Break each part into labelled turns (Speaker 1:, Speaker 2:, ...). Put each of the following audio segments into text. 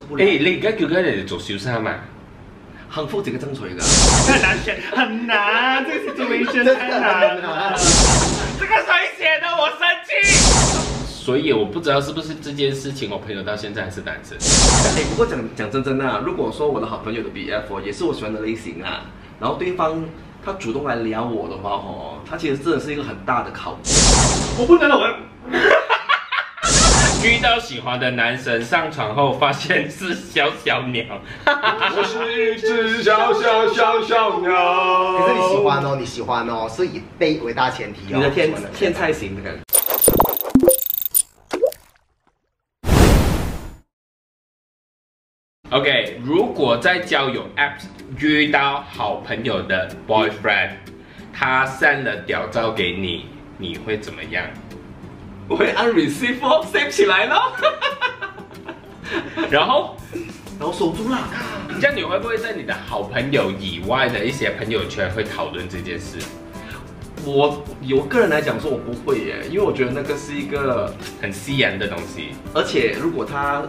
Speaker 1: 苦
Speaker 2: 誒，
Speaker 1: 力，
Speaker 2: 你而家叫佢哋做小三啊？
Speaker 1: 幸福自己爭取㗎。
Speaker 3: 太难选，很难，这个 situation 太难了。这个谁写的？我生气。
Speaker 2: 所以我不知道是不是这件事情，我朋友到现在还是单身。
Speaker 1: 哎，不过讲讲真真的、啊，如果说我的好朋友的 BF 哦也是我喜欢的类型啊，然后对方他主动来撩我的话哦，他其实真的是一个很大的考验。
Speaker 3: 我不能了，我
Speaker 2: 遇到喜欢的男神上床后，发现是小小鸟，
Speaker 4: 我是一只小小小小鸟。
Speaker 5: 可是你喜欢哦，你喜欢哦，是以被为大前提哦。
Speaker 1: 你的天
Speaker 5: 我喜欢
Speaker 1: 天菜型的感觉。
Speaker 2: OK，如果在交友 App 遇到好朋友的 boyfriend，他 send 了屌照给你，你会怎么样？
Speaker 1: 我会按啊 receive off save 起来咯，
Speaker 2: 然后，
Speaker 1: 然后守住啦。
Speaker 2: 这样你会不会在你的好朋友以外的一些朋友圈会讨论这件事？
Speaker 1: 我有个人来讲说，我不会耶，因为我觉得那个是一个，
Speaker 2: 很私人的东西，
Speaker 1: 而且如果他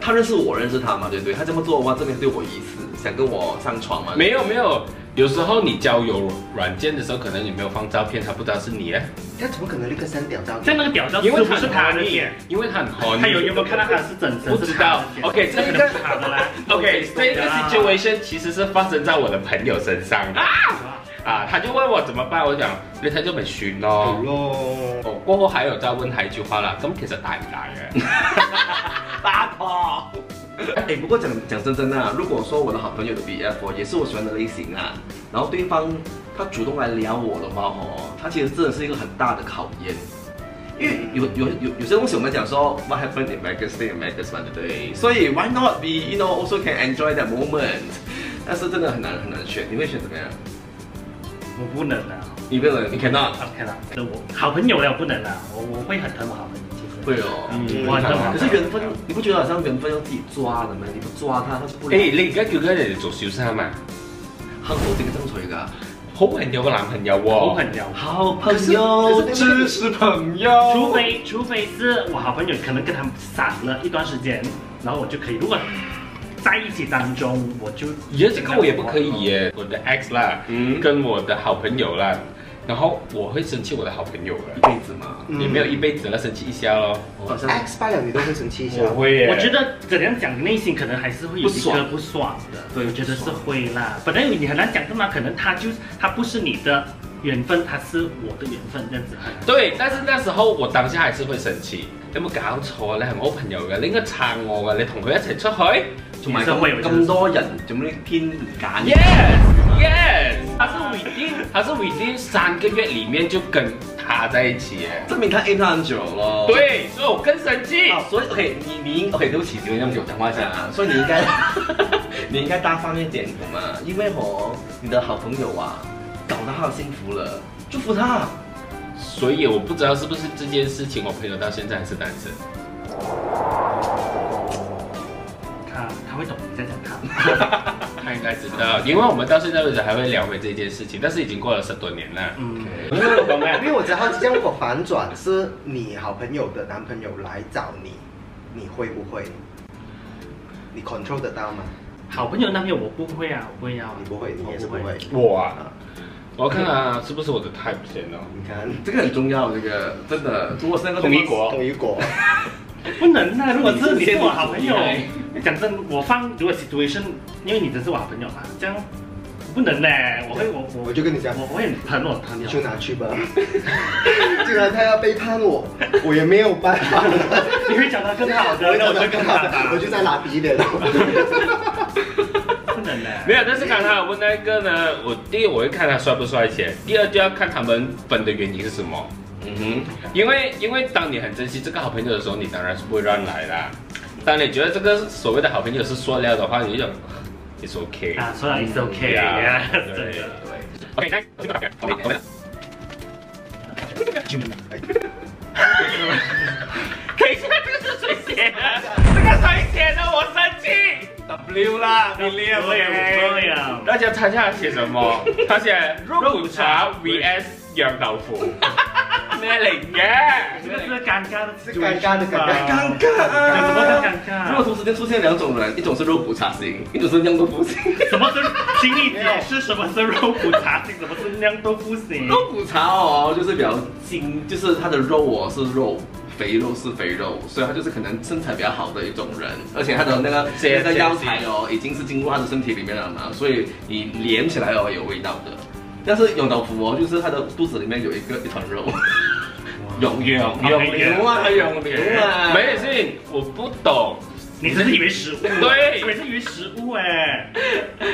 Speaker 1: 他认识我，认识他嘛，对不对？他这么做的话，证明对我有意思，想跟我上床嘛。
Speaker 2: 没有没有。有时候你交友软件的时候，可能你没有放照片，他不知道是你哎，
Speaker 5: 他怎么可能立刻删掉照
Speaker 3: 在
Speaker 5: 片？
Speaker 3: 那个屌照
Speaker 2: 因为
Speaker 3: 是
Speaker 2: 他
Speaker 3: 不是
Speaker 2: 很
Speaker 3: 他的
Speaker 2: horny，
Speaker 3: 脸？
Speaker 2: 因为他很 horny。
Speaker 3: 他有有没有看到他是整身？
Speaker 2: 不知道
Speaker 3: 是他的脸
Speaker 2: OK，这一
Speaker 3: 这可
Speaker 2: 个
Speaker 3: 能是他的啦。
Speaker 2: OK，这个
Speaker 3: situation
Speaker 2: situation 其实是发生在我的朋友身上啊啊，他就问我怎么办，我讲你睇咗咪算
Speaker 3: 嗯
Speaker 2: 咯。
Speaker 5: 咯，
Speaker 2: 哦，過後還有再問他一句話啦，咁其實大唔大
Speaker 3: 嗯
Speaker 2: 嘅？
Speaker 1: 大炮。哎，不过讲讲真真的、啊，如果说我的好朋友的 BF 哦也是我喜欢的类型啊，然后对方他主动来撩我的话哦，他其实真的是一个很大的考验。因为有有有有些东西我们讲说 What happened in Vegas stay in Vegas 嘛，对不对？所以 Why not we you know also can enjoy that moment？但是真的很难很难选，你会选怎么样？
Speaker 3: 我不能啊
Speaker 1: 你不能，你 cannot。
Speaker 3: ，OK 啦，我好朋友了不能啦，我我会很疼我好朋友，其实
Speaker 1: 会哦
Speaker 3: 嗯我很疼我好朋友。
Speaker 1: 可是缘分，你不觉得好像缘分要自己抓的吗？你不抓他，他就不
Speaker 2: 誒、
Speaker 1: 了。
Speaker 2: 哎你而家叫緊人哋做小三啊？
Speaker 1: 幸福这个争取噶。
Speaker 2: 好朋友嘅男朋友喎、
Speaker 3: 好朋友。
Speaker 1: 啊好朋友
Speaker 4: 我只是朋友。
Speaker 3: 除非除非是我好朋友可能跟他们散了一段时间，然后我就可以。如果在一起当中，我就
Speaker 2: 也这个我也不可以耶，我的 ex 啦，
Speaker 1: 嗯
Speaker 2: 跟我的好朋友啦，然後我會生氣我的好朋友
Speaker 1: 一
Speaker 2: 嘅，
Speaker 1: 辈子嘛，哎
Speaker 2: 也没有一輩子啦，生氣一下咯。
Speaker 1: 嗯好像
Speaker 5: X 败嗯了你都会生气一下。
Speaker 2: 嗯我會耶，
Speaker 3: 我觉得怎样讲，内心可能还是会有
Speaker 1: 不
Speaker 3: 一个
Speaker 1: 爽
Speaker 3: 不爽的。
Speaker 1: 对
Speaker 3: 我觉得
Speaker 1: 不
Speaker 3: 是
Speaker 1: 爽
Speaker 3: 会啦。本来你很难讲的嘛，可能他就是他不是你的缘分，他是我的缘分，这样子很难。
Speaker 2: 對，但是那時候我當下還是會生氣。有冇搞錯？你係我朋友嘅，你應該撐我嘅，你同佢一齊出去。
Speaker 1: 同埋
Speaker 3: 其實會有
Speaker 1: 咁咁多人，做咩偏揀
Speaker 2: Yes Yes，他是 within，他是 within 三個月裡面就跟他在一起耶。
Speaker 1: 证明他 aim 他很久咯。。
Speaker 2: 對，所以我更生氣。
Speaker 1: 啊，所以 OK，你你应 OK，对不起，你那么久讲话一下 啊，所以你应该你应该大方一点，懂吗？因为哦，你的好朋友啊，搞到他的幸福了，祝福他。
Speaker 2: 所以我不知道是不是這件事情，我朋友到現在還是單身。
Speaker 3: 他他会懂你在讲他。
Speaker 2: 他應該知道，因為我們到現在為止還會聊回這件事情，但是已經過了十多年了。
Speaker 3: 嗯，
Speaker 2: 你聽我講
Speaker 5: 因
Speaker 2: 咩？
Speaker 5: 为我只好奇，这样如果反转是你好朋友的男朋友来找你，你会不会？你 control 得到吗？
Speaker 3: 好朋友那边我不会啊，我不会啊，
Speaker 5: 你不会，你也是不
Speaker 3: 我
Speaker 5: 会。
Speaker 2: 我啊，
Speaker 5: 啊，
Speaker 2: 我要看啊，是不是我的 type 先哦？
Speaker 5: 你看，
Speaker 1: 这个很重要，这个真的，如果是那个
Speaker 2: 同一国
Speaker 5: 同一国，啊
Speaker 3: 不能啊！如果是你
Speaker 1: 你是
Speaker 3: 是我好朋友
Speaker 1: 先，
Speaker 3: 讲真，我放如果 situation，因为你真是我好朋友嘛，这样不能嘞，我会我我
Speaker 5: 我就跟你讲
Speaker 3: 我我会很疼我朋
Speaker 5: 你
Speaker 3: 友。
Speaker 5: 就拿去吧。 既然他要背叛我，我也没有办法了。
Speaker 3: 你会讲到更好的，那我就更好的，
Speaker 5: 我就再拉低一点了。
Speaker 3: 不能嘞。
Speaker 2: 没有，但是刚才我问那个呢，我第一我会看他帅不帅先，第二就要看他们分的原因是什么。
Speaker 1: 嗯哼，
Speaker 2: 因为因为当你很珍惜这个好朋友的时候，你当然是不会乱来啦。当你觉得这个所谓的好朋友是塑料的话， 你就想 it's okay。
Speaker 3: 啊，说到 it's okay，啊
Speaker 2: Yeah，
Speaker 3: 真
Speaker 2: 对
Speaker 3: 的。
Speaker 2: OK，那这个好朋友 等一下，这个是谁写的？这个谁写的？我生气。W 啦
Speaker 3: 你列位对呀
Speaker 2: 大家猜一下他写什么？他写肉骨茶 VS 羊豆腐。咩嚟嘅？
Speaker 3: 这个是尴尬的
Speaker 5: 是尴尬的啊
Speaker 3: situation
Speaker 5: 尴尬，
Speaker 3: 吧
Speaker 5: 尴尬
Speaker 3: 有什么
Speaker 5: 啊！
Speaker 3: 叫尴尬？
Speaker 1: 如果同时间出现两种人，一种是肉骨茶型，一种是酿豆腐型。
Speaker 3: 什么是？请你解释什么是肉骨茶型，什么是酿豆腐型？
Speaker 1: 肉骨茶哦，就是比较筋，就是它的肉哦是肉，肥肉是肥肉，所以它就是可能身材比较好的一种人，而且它的那个
Speaker 2: 谢谢
Speaker 1: 那个药材哦已经是进入他的身体里面了嘛，所以你连起来哦有味道的。但是永岛福哦，就是他的肚子里面有一个一团肉，永远
Speaker 3: 永远
Speaker 1: 永啊永远 啊，
Speaker 2: 没事，我不懂。
Speaker 3: 你是不是以为食物？
Speaker 2: 对
Speaker 3: 以为是以为食物哎。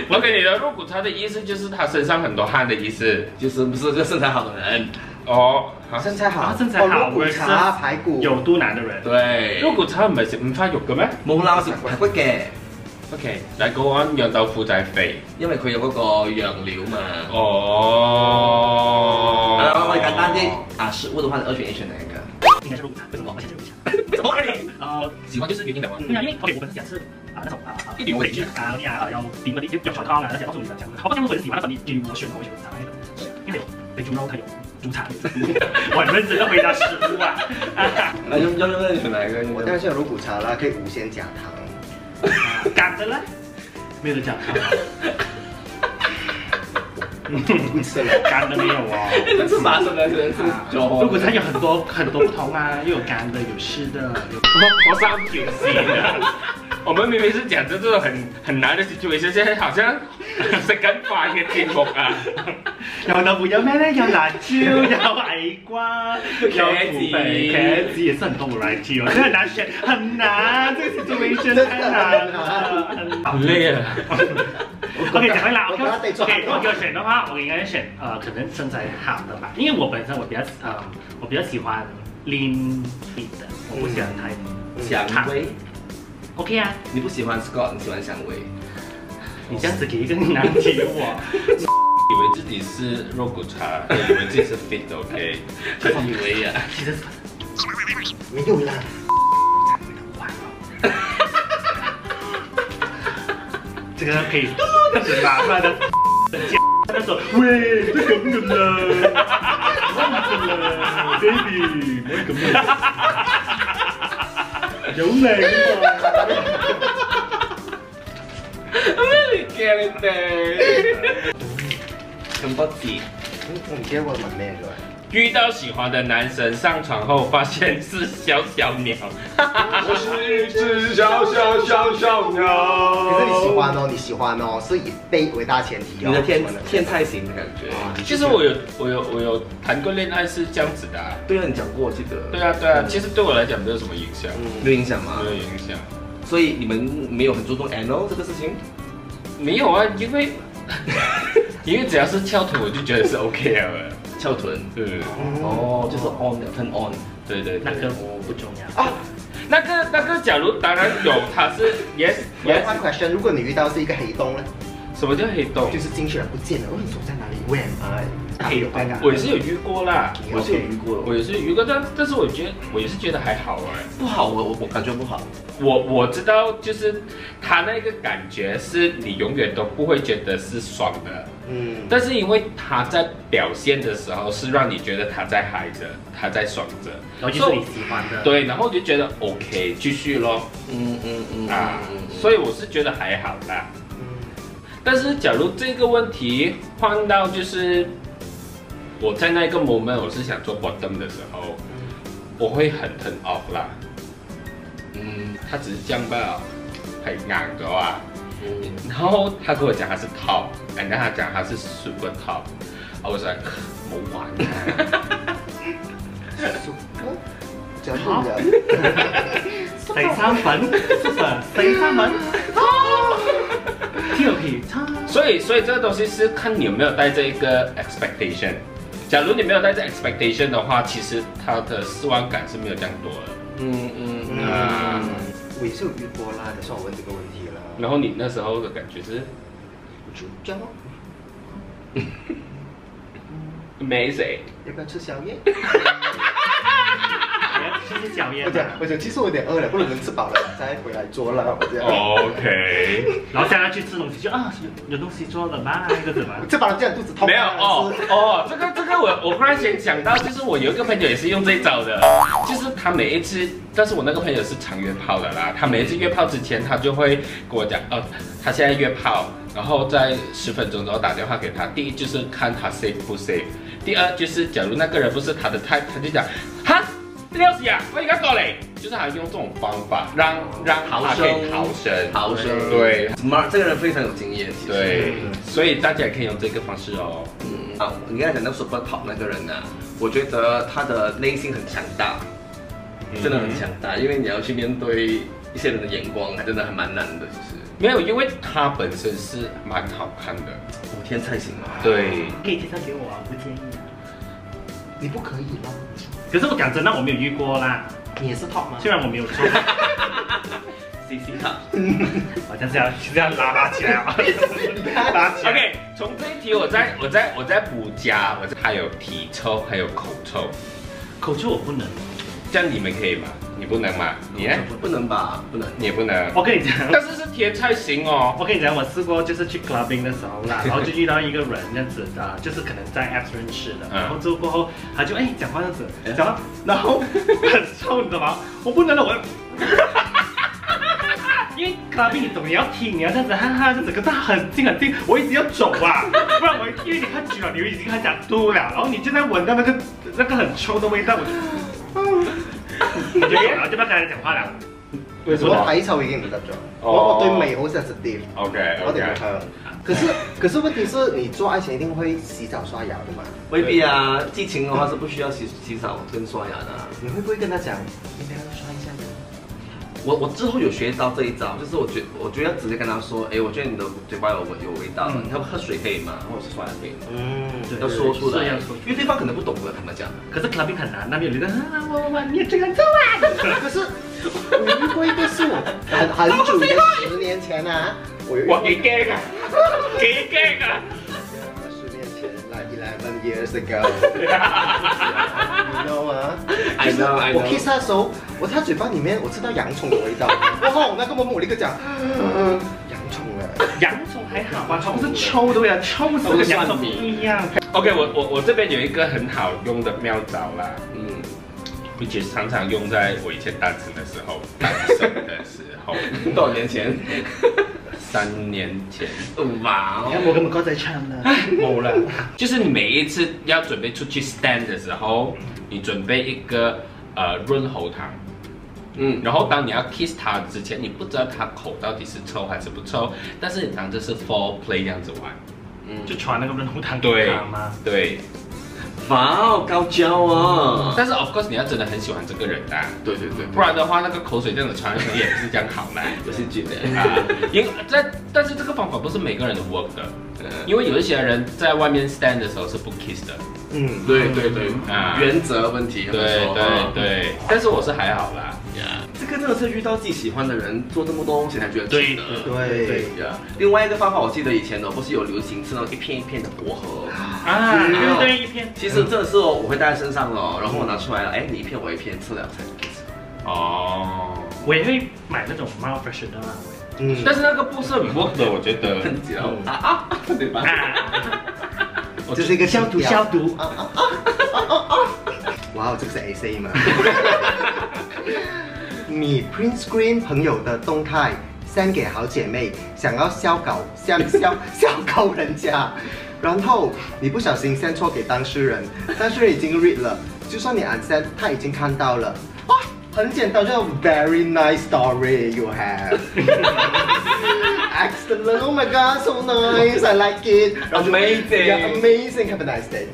Speaker 2: 我给你的入骨茶的意思就是他身上很多汗的意思。
Speaker 1: 就是不是这身材好的人，
Speaker 2: 哦，好
Speaker 5: 身材好
Speaker 3: 啊，身材好
Speaker 5: 哦肉骨茶、排骨，
Speaker 3: 有肚腩的人，
Speaker 1: 對，
Speaker 2: 入骨茶唔係食午餐肉嘅咩
Speaker 1: 冇啦，我食排骨嘅，
Speaker 2: ？OK，嚟個安釀豆腐就係肥。
Speaker 1: 因為佢有嗰個羊料嘛。
Speaker 2: 哦，
Speaker 1: 啊，我哋簡單啲啊，食物的話，你二選一選哪一個？
Speaker 3: 应该是肉骨茶。为什么？ 而且肉骨茶。
Speaker 1: 怎么可以？
Speaker 3: 呃，
Speaker 2: 喜歡就是原因的嘛。
Speaker 3: 嗯，因为我我们是想吃啊那种啊啊，一回去啊，你啊有點嗰啲肉腸湯啊，而且多數你想我不知道為什麼，那你給我選我選茶那種，因為有肥豬肉，它有豬腸。我很认真的回答食物啊。啊
Speaker 1: 那就要要要選哪一個？
Speaker 5: 我当然是有肉骨茶啦，可以无限加糖。
Speaker 3: 干的呢？没有得讲。
Speaker 5: 不吃了，
Speaker 3: 干的没有哦。
Speaker 1: 你是啥生的？可能是酒。
Speaker 3: 肉骨茶有很多很多不同啊，又有干的，有湿的，有
Speaker 2: 我我三條線啊！我們明明是講這種很很難的 situation，現在好像食緊飯嘅節目啊！
Speaker 3: 有豆腐，有咩咧？有辣椒，有矮瓜，有土
Speaker 2: 茄
Speaker 3: 匪
Speaker 2: 子
Speaker 3: 茄子也是很多 variety 哦，真的很难选，很难，这个 situation 太难了，很
Speaker 2: 好累啊！
Speaker 3: OK，讲回来
Speaker 5: 我
Speaker 3: ，OK，
Speaker 5: 刚刚在抓
Speaker 3: OK，如果给我选的话，我应该选呃，可能身材好的吧，因为我本身我比较呃，我比较喜欢 lean fit 的，我不喜欢太
Speaker 2: 嗯
Speaker 1: 蔷薇，
Speaker 3: OK 啊，
Speaker 1: 你不喜歡 Scott，你喜歡蔷薇。
Speaker 3: 你这样子给一个难题我，
Speaker 2: 以為自己是肉骨茶，以為自己是 fit，OK？以為啊。
Speaker 3: 其实是
Speaker 5: 没有啦。
Speaker 3: 这个可以很麻烦的，那种喂，这个不能了，不能了，baby，我可不能，有奶吗？
Speaker 1: 驚你咁多字，
Speaker 5: 嗯我唔記得我問咩咗。
Speaker 2: 遇到喜歡的男神，上床後發現是小小鳥，
Speaker 4: 我是一只小小小小鸟。
Speaker 5: 可是你喜歡哦，你喜歡哦，是以 date 为大前提哦。
Speaker 1: 你的天
Speaker 5: 喜歡的
Speaker 1: 天菜型的感覺。
Speaker 5: 啊你
Speaker 2: 其實我有我有我有談過戀愛是這樣子的、啊，
Speaker 1: 對啊，你講過，我記得。
Speaker 2: 對啊對啊，其實對我來講沒有什麼影響，
Speaker 1: 沒有影響嘛
Speaker 2: 沒。有影響，
Speaker 1: 所以你們沒有很注重 anal 這個事情。
Speaker 2: 沒有啊，因 為因為只要是翹臀我就覺得是 OK 了，嗯
Speaker 1: 翹臀。
Speaker 2: 是，
Speaker 1: 哦，就是 on 的 turn on。
Speaker 2: 對對
Speaker 3: 那
Speaker 2: 對，
Speaker 3: 个我不重要。
Speaker 2: 那個那個假如當然有，他是 yes
Speaker 5: 我要换
Speaker 2: yes，
Speaker 5: question，如果你遇到是一个黑洞呢，
Speaker 2: 什麼叫黑洞
Speaker 5: 就？是进去了不见了，哦，你走在哪里？Where am I？啊
Speaker 3: 黑
Speaker 5: 有尴尬。
Speaker 2: 我也是有遇過啦，
Speaker 1: 我是有遇過
Speaker 2: 我
Speaker 1: 的，
Speaker 2: 也是有遇過，但但是我覺得我也是覺得還好哎、
Speaker 1: 不好，我我我感覺不好。
Speaker 2: 我我知道，就是他那个感觉是你永远都不会觉得是爽的，
Speaker 5: 嗯，
Speaker 2: 但是因为他在表现的时候是让你觉得他在嗨着，他在爽着，
Speaker 3: 然后就是你喜欢的，
Speaker 2: 对，然后我就觉得 OK 继续咯
Speaker 1: 嗯嗯嗯
Speaker 2: 啊，
Speaker 1: 以
Speaker 2: 所以我是觉得还好啦。
Speaker 5: 嗯
Speaker 2: 但是假如这个问题换到就是我在那个 moment 我是想做 bottom 的时候，我会很 turn off 啦，
Speaker 1: 嗯
Speaker 2: 他只是这样吧，哦很硬的啊。
Speaker 1: 嗯
Speaker 2: 然后他跟我讲他是 top，然后他讲他是 super top，我 was like 冇玩啊，
Speaker 5: 这样子
Speaker 3: 第三门，第三门，跳皮叉，
Speaker 2: 所以所以这个东西是看你有没有带这一个 expectation。假如你没有带这 expectation 的话，其实他的失望感是没有这样多的。
Speaker 1: 嗯嗯
Speaker 5: 嗯
Speaker 1: 嗯。
Speaker 5: 我也是有遇过啦，但是我问这个问题了。
Speaker 2: 然后你那时候的感觉是
Speaker 5: 就这样咯，
Speaker 2: amazing，
Speaker 5: 要不要吃宵夜？
Speaker 3: 别谢谢小
Speaker 5: 我
Speaker 3: 燕。
Speaker 5: 讲，我讲，其实我有点饿了，不能吃饱了再回来做了。我这样，
Speaker 2: OK，
Speaker 3: 然后下来去吃东西就啊，有东西做了吗？那个什么？
Speaker 5: 吃饱了这样肚子痛。啊
Speaker 2: 没有哦哦，这个这个我我忽然间想到，就是我有一个朋友也是用这一招的，就是他每一次，但是我那个朋友是常约炮的啦，他每一次约炮之前，他就会跟我讲，哦，他现在约炮，然后在十分钟之后打电话给他，第一就是看他 safe 不 safe，第二就是假如那个人不是他的 type，他就讲，哈，你要死啊，我应该过嘞，就是他用这种方法让让他可以逃生，
Speaker 1: 逃生。
Speaker 2: 对
Speaker 1: ，smart 这个人非常有经验，其实。
Speaker 2: 对，所以大家也可以用这个方式哦。
Speaker 1: 嗯啊，你刚才讲到 super top 那个人呢、啊我觉得他的内心很强大，
Speaker 2: 嗯
Speaker 1: 真的很强大，因为你要去面对一些人的眼光，还真的还蛮难的。其实，
Speaker 2: 没有，因为他本身是蛮好看的。
Speaker 1: 我天才型
Speaker 2: 啊
Speaker 1: 嘛，
Speaker 2: 对，
Speaker 3: 可以介绍给我啊，我不介啊意啊。
Speaker 5: 你不可以啦，
Speaker 3: 可是我讲真的，我没有遇过啦。
Speaker 5: 你也是痛吗？
Speaker 3: 虽然我没有做，
Speaker 1: ，C C 卡，
Speaker 3: 好像是要是要拉拉起来 啊，拉起来。
Speaker 2: OK，从这一题我再我再我再补加，我再还有体臭，还有口臭，
Speaker 3: 口臭我不能，
Speaker 2: 这样你们可以吗？你不能吗？你呢？
Speaker 1: 不能吧，不能。
Speaker 2: 你也不能，
Speaker 3: 我跟你讲。
Speaker 2: 但是是天菜型哦。
Speaker 3: 我跟你讲，我试过就是去 clubbing 的时候啦，然后就遇到一个人这样子的，就是可能在 Apps 认识的，
Speaker 2: 嗯
Speaker 3: 然后之后过后他就哎讲话这样子，讲话，然后很臭，你知道吗？我不能了，我。 因为 clubbing 你懂，你要听，你要这样子哈哈这样子，可是他很近很近，我一直要走啊，不然我因为你看久了，你已经很想吐了，然后你就在闻到那个那个很臭的味道，我就，我就 然后就不要跟他讲话了。
Speaker 2: 为
Speaker 5: 我睇臭已經唔得咗，我我對味好 sensitive，
Speaker 2: ？OK
Speaker 5: 我
Speaker 2: OK
Speaker 5: 哋。要香。可是可是問題是你做愛前一定會洗澡刷牙的嘛？
Speaker 1: 未必啊，激情的话是不需要洗洗澡跟刷牙的啊、
Speaker 5: 你會不會跟他講，你不要刷一下牙？
Speaker 1: 我我之后有学到这一招，就是我觉我觉得要直接跟他说，哎，我觉得你的嘴巴有味有味道了，你要喝水可以吗？或者是刷牙可以吗？
Speaker 5: 嗯，
Speaker 3: 对
Speaker 1: 要说出来
Speaker 3: 是要说出来，
Speaker 1: 因为对方可能不懂的，他们讲。
Speaker 3: 可是 clubbing 很难，那边有人啊，我我我，你也这个很臭啊。
Speaker 5: 可是我遇過一個是我很很久的十年前啊，我有遇
Speaker 2: 我
Speaker 5: 過
Speaker 2: 给 gag 啊，给 gag 啊。
Speaker 5: 十年前啦，eleven years ago，you know 啊
Speaker 1: I know, I know
Speaker 5: 我 kiss 他的时候，我在他嘴巴里面我吃到洋葱的味道，然后我那个某某立刻讲，嗯洋葱哎，
Speaker 3: 洋葱还好吧，它不是臭的呀，臭死
Speaker 1: 都
Speaker 3: 了，
Speaker 1: 是
Speaker 3: 洋
Speaker 1: 蒜
Speaker 3: 葱不
Speaker 1: 泥
Speaker 3: 一样。
Speaker 2: OK，我我我这边有一个很好用的妙招啦，
Speaker 1: 嗯，
Speaker 2: which is 常常用在我以前单身的时候，单身的时候，
Speaker 1: 多少年前？
Speaker 2: 三年前。
Speaker 1: 哇
Speaker 5: 你
Speaker 1: 哦
Speaker 5: 看！我咁嘅歌仔唱啦，
Speaker 2: 冇啦，就是你每一次要准备出去 stand 的时候，你准备一个呃润喉糖，
Speaker 1: 嗯，
Speaker 2: 然后当你要 kiss 他之前，你不知道他口到底是臭还是不臭，但是你当这是 for play 这样子玩。
Speaker 1: 嗯，就
Speaker 3: 就传那个润喉糖给
Speaker 2: 对
Speaker 3: 他吗？
Speaker 2: 对，
Speaker 1: 哇哦，高教啊！
Speaker 2: 但是 of course 你要真的很喜欢这个人啊，
Speaker 1: 对对对，
Speaker 2: 不然的话那个口水这样子传可能也不是这样 好啦。
Speaker 1: 我是觉得，
Speaker 2: 啊，因但但是这个方法不是每个人都 work 的，
Speaker 1: 嗯，
Speaker 2: 因为有一些人在外面 stand 的时候是不 kiss 的。
Speaker 5: 嗯，
Speaker 1: 对对对
Speaker 2: 啊，
Speaker 1: 原则问题，
Speaker 2: 对
Speaker 1: 他们说
Speaker 2: 对，对，嗯但是我是还好啦。
Speaker 1: 呀，这个真的是遇到自己喜欢的人做这么多东西才觉得值
Speaker 3: 对
Speaker 1: 得。
Speaker 5: 对，
Speaker 1: 呀，另外一个方法，我记得以前呢，不是有流行吃那种一片一片的薄荷，
Speaker 3: 啊，
Speaker 1: 嗯
Speaker 3: 一对一片。
Speaker 1: 其实这是哦，我会带在身上哦，然后我拿出来了，哎，你一片我一片，吃了才
Speaker 2: 哦，
Speaker 3: 我也会买那种 Mount Fresh 的啦。
Speaker 5: 嗯，
Speaker 2: 但是那个不是很 work 的，我觉得。
Speaker 1: 很久啊啊，对吧？
Speaker 2: 我
Speaker 5: 这是一
Speaker 2: 个
Speaker 5: 个消毒消
Speaker 3: 毒
Speaker 5: 啊啊啊啊啊啊！哇哦，这个是 A C 吗？ 你 print screen 朋友的动态 send 给好姐妹，想要笑搞笑笑笑搞人家，然后你不小心 send 错给当事人，当事人已经 read 了，就算你 unsend，他已经看到了。啊，很简单，就 very nice story you have。Excellent! Oh my god, so nice! I like it. 然后就
Speaker 1: Amazing.
Speaker 5: Yeah, amazing. Have a nice day.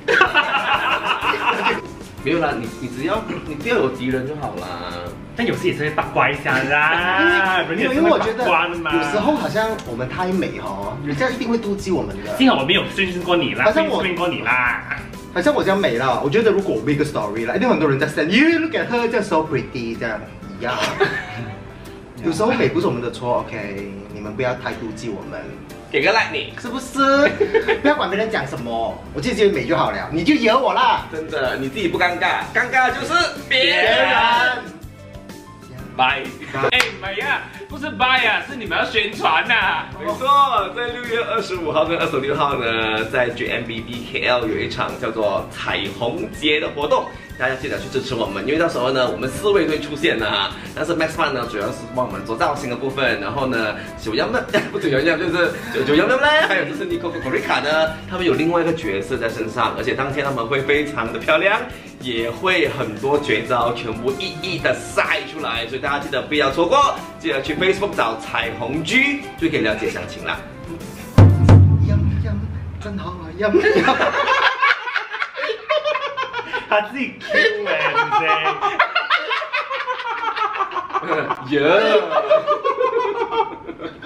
Speaker 1: 没有啦，你你只要你不要有敌人就好啦。
Speaker 3: 但有时也是会八卦一下啦，人
Speaker 5: 没
Speaker 3: 家也
Speaker 5: 有，
Speaker 3: 是
Speaker 5: 因为我
Speaker 3: 会
Speaker 5: 觉得
Speaker 3: 八卦的嘛。
Speaker 5: 有时，候好像我们太美哦，人家一定会妒忌我们的。
Speaker 3: 幸好我没有训训过你啦，
Speaker 5: 反
Speaker 3: 训
Speaker 5: 正我
Speaker 3: 训过你 啦。
Speaker 5: 好像我这样美了，我觉得如果我 make a story 了，一定很多人在 send you look at her 这样 so pretty 这样一样。有时候美不是我们的错，OK，你们不要太妒忌我们。
Speaker 1: 给个 like 你，
Speaker 5: 是不 是？不要管别人讲什么，我自己觉得美就好了，你就惹我 啦。
Speaker 1: 真的你自己不尴尬，尴尬的就是别
Speaker 2: 别
Speaker 1: 人。
Speaker 2: 人
Speaker 1: 拜。
Speaker 2: 哎，妈呀，不是拜呀，是你们要宣传啊呐、
Speaker 1: 没错，在六月二十五号跟二十六号呢，在 GMB BKL 有一场叫做彩虹节的活动，大家记得去支持我们，因为到时候呢，我们四位会出现呐、但是 Max Fun 呢，主要是帮我们做造型的部分，然后呢， 九幺妹不九幺幺就是九九幺妹嘞，还有就是 Nico 和 Corica 呢，他们有另外一个角色在身上，而且当天他们会非常的漂亮，也会很多绝招全部一一的晒出来，所以大家记得不要错过，记得去 Facebook 找彩虹居就可以了解详情啦。
Speaker 5: 阴阴，真好啊，阴阴。
Speaker 3: 他自己 Q 哎，你
Speaker 1: 耶、